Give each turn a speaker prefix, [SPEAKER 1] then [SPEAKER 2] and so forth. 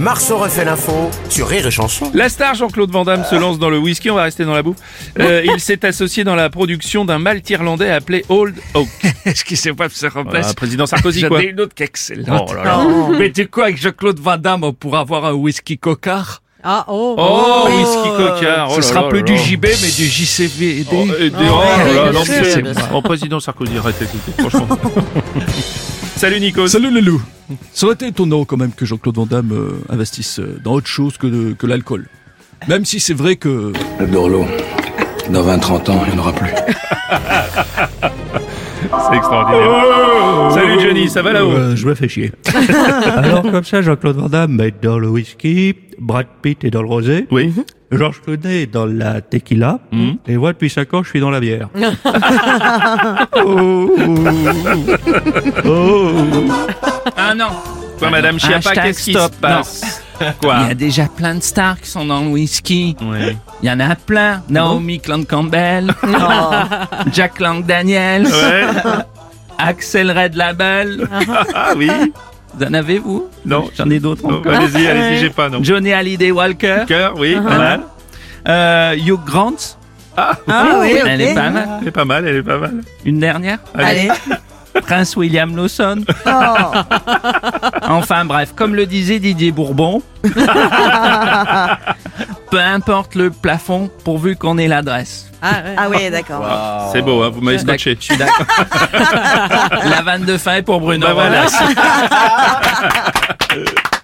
[SPEAKER 1] Marceau refait l'info sur Rire et Chanson.
[SPEAKER 2] La star Jean-Claude Van Damme se lance dans le whisky, on va rester dans la bouffe. Euh, il s'est associé dans la production d'un malt irlandais appelé Old Oak.
[SPEAKER 3] Est-ce qu'il sait pas se remplacer
[SPEAKER 2] Ah, président Sarkozy,
[SPEAKER 3] J'en
[SPEAKER 2] quoi.
[SPEAKER 3] ai une autre qui est excellente.
[SPEAKER 2] Oh là là.
[SPEAKER 3] Mais tu quoi, avec Jean-Claude Van Damme, pour avoir un whisky cocard
[SPEAKER 4] Ah, oh.
[SPEAKER 2] Oh, whisky cocard. oh
[SPEAKER 3] Ce
[SPEAKER 2] là
[SPEAKER 3] sera
[SPEAKER 2] là
[SPEAKER 3] plus
[SPEAKER 2] là
[SPEAKER 3] du
[SPEAKER 2] là.
[SPEAKER 3] JB, mais du JCV.
[SPEAKER 2] Oh, et des- oh là là,
[SPEAKER 4] bien
[SPEAKER 2] non,
[SPEAKER 4] sûr,
[SPEAKER 2] mais c'est-
[SPEAKER 3] bien
[SPEAKER 2] Oh, président Sarkozy, arrêtez, écoutez, franchement. Salut Nico.
[SPEAKER 5] Salut le loup Ça aurait été étonnant quand même que Jean-Claude Van Damme euh, investisse euh, dans autre chose que, de- que l'alcool. Même si c'est vrai que...
[SPEAKER 6] Le Dorlo, dans 20-30 ans, il n'y en aura plus.
[SPEAKER 2] C'est extraordinaire. Oh. Salut Johnny, ça va là-haut
[SPEAKER 7] Euh, je me fais chier. Alors comme ça, Jean-Claude Van Damme est dans le whisky, Brad Pitt est dans le rosé, Mhm.
[SPEAKER 2] Oui. Mhm.
[SPEAKER 7] Georges Clooney est dans la tequila, et moi depuis 5 ans, je suis dans la bière.
[SPEAKER 3] Ah non
[SPEAKER 2] Toi, Madame Chiappa,
[SPEAKER 3] Hashtag
[SPEAKER 2] qu'est-ce qui
[SPEAKER 3] stop.
[SPEAKER 2] se passe
[SPEAKER 3] Il y
[SPEAKER 2] Quoi
[SPEAKER 3] a déjà plein de stars qui sont dans le whisky.
[SPEAKER 2] Ouais.
[SPEAKER 3] Il y en a plein.
[SPEAKER 2] Ah
[SPEAKER 3] Naomi Clan Campbell, Jack Lang Daniels,
[SPEAKER 2] Ouais.
[SPEAKER 3] Axel Red Label.
[SPEAKER 2] Ah oui.
[SPEAKER 3] Vous en avez, vous
[SPEAKER 2] Non.
[SPEAKER 3] J'en ai d'autres
[SPEAKER 2] Non,
[SPEAKER 3] encore.
[SPEAKER 2] Allez-y, allez-y, j'ai pas, non.
[SPEAKER 3] Johnny Hallyday Walker.
[SPEAKER 2] Cœur, oui, pas mal.
[SPEAKER 3] Euh, Hugh Grant.
[SPEAKER 4] Uh-huh. Ah oui,
[SPEAKER 3] Elle
[SPEAKER 4] ok.
[SPEAKER 3] est pas mal.
[SPEAKER 2] Elle est pas mal, elle est pas mal.
[SPEAKER 3] Une dernière.
[SPEAKER 4] Allez.
[SPEAKER 3] Prince William Lawson.
[SPEAKER 4] Oh.
[SPEAKER 3] Enfin bref, comme le disait Didier Bourbon, peu importe le plafond, pourvu qu'on ait l'adresse.
[SPEAKER 4] Ah, ouais. Ah oui, d'accord.
[SPEAKER 2] C'est beau, hein, vous m'avez
[SPEAKER 3] Je suis d'ac-
[SPEAKER 2] scotché.
[SPEAKER 3] je suis d'accord. La vanne de fin est pour Bruno.
[SPEAKER 2] Bah voilà.
[SPEAKER 3] Rollins.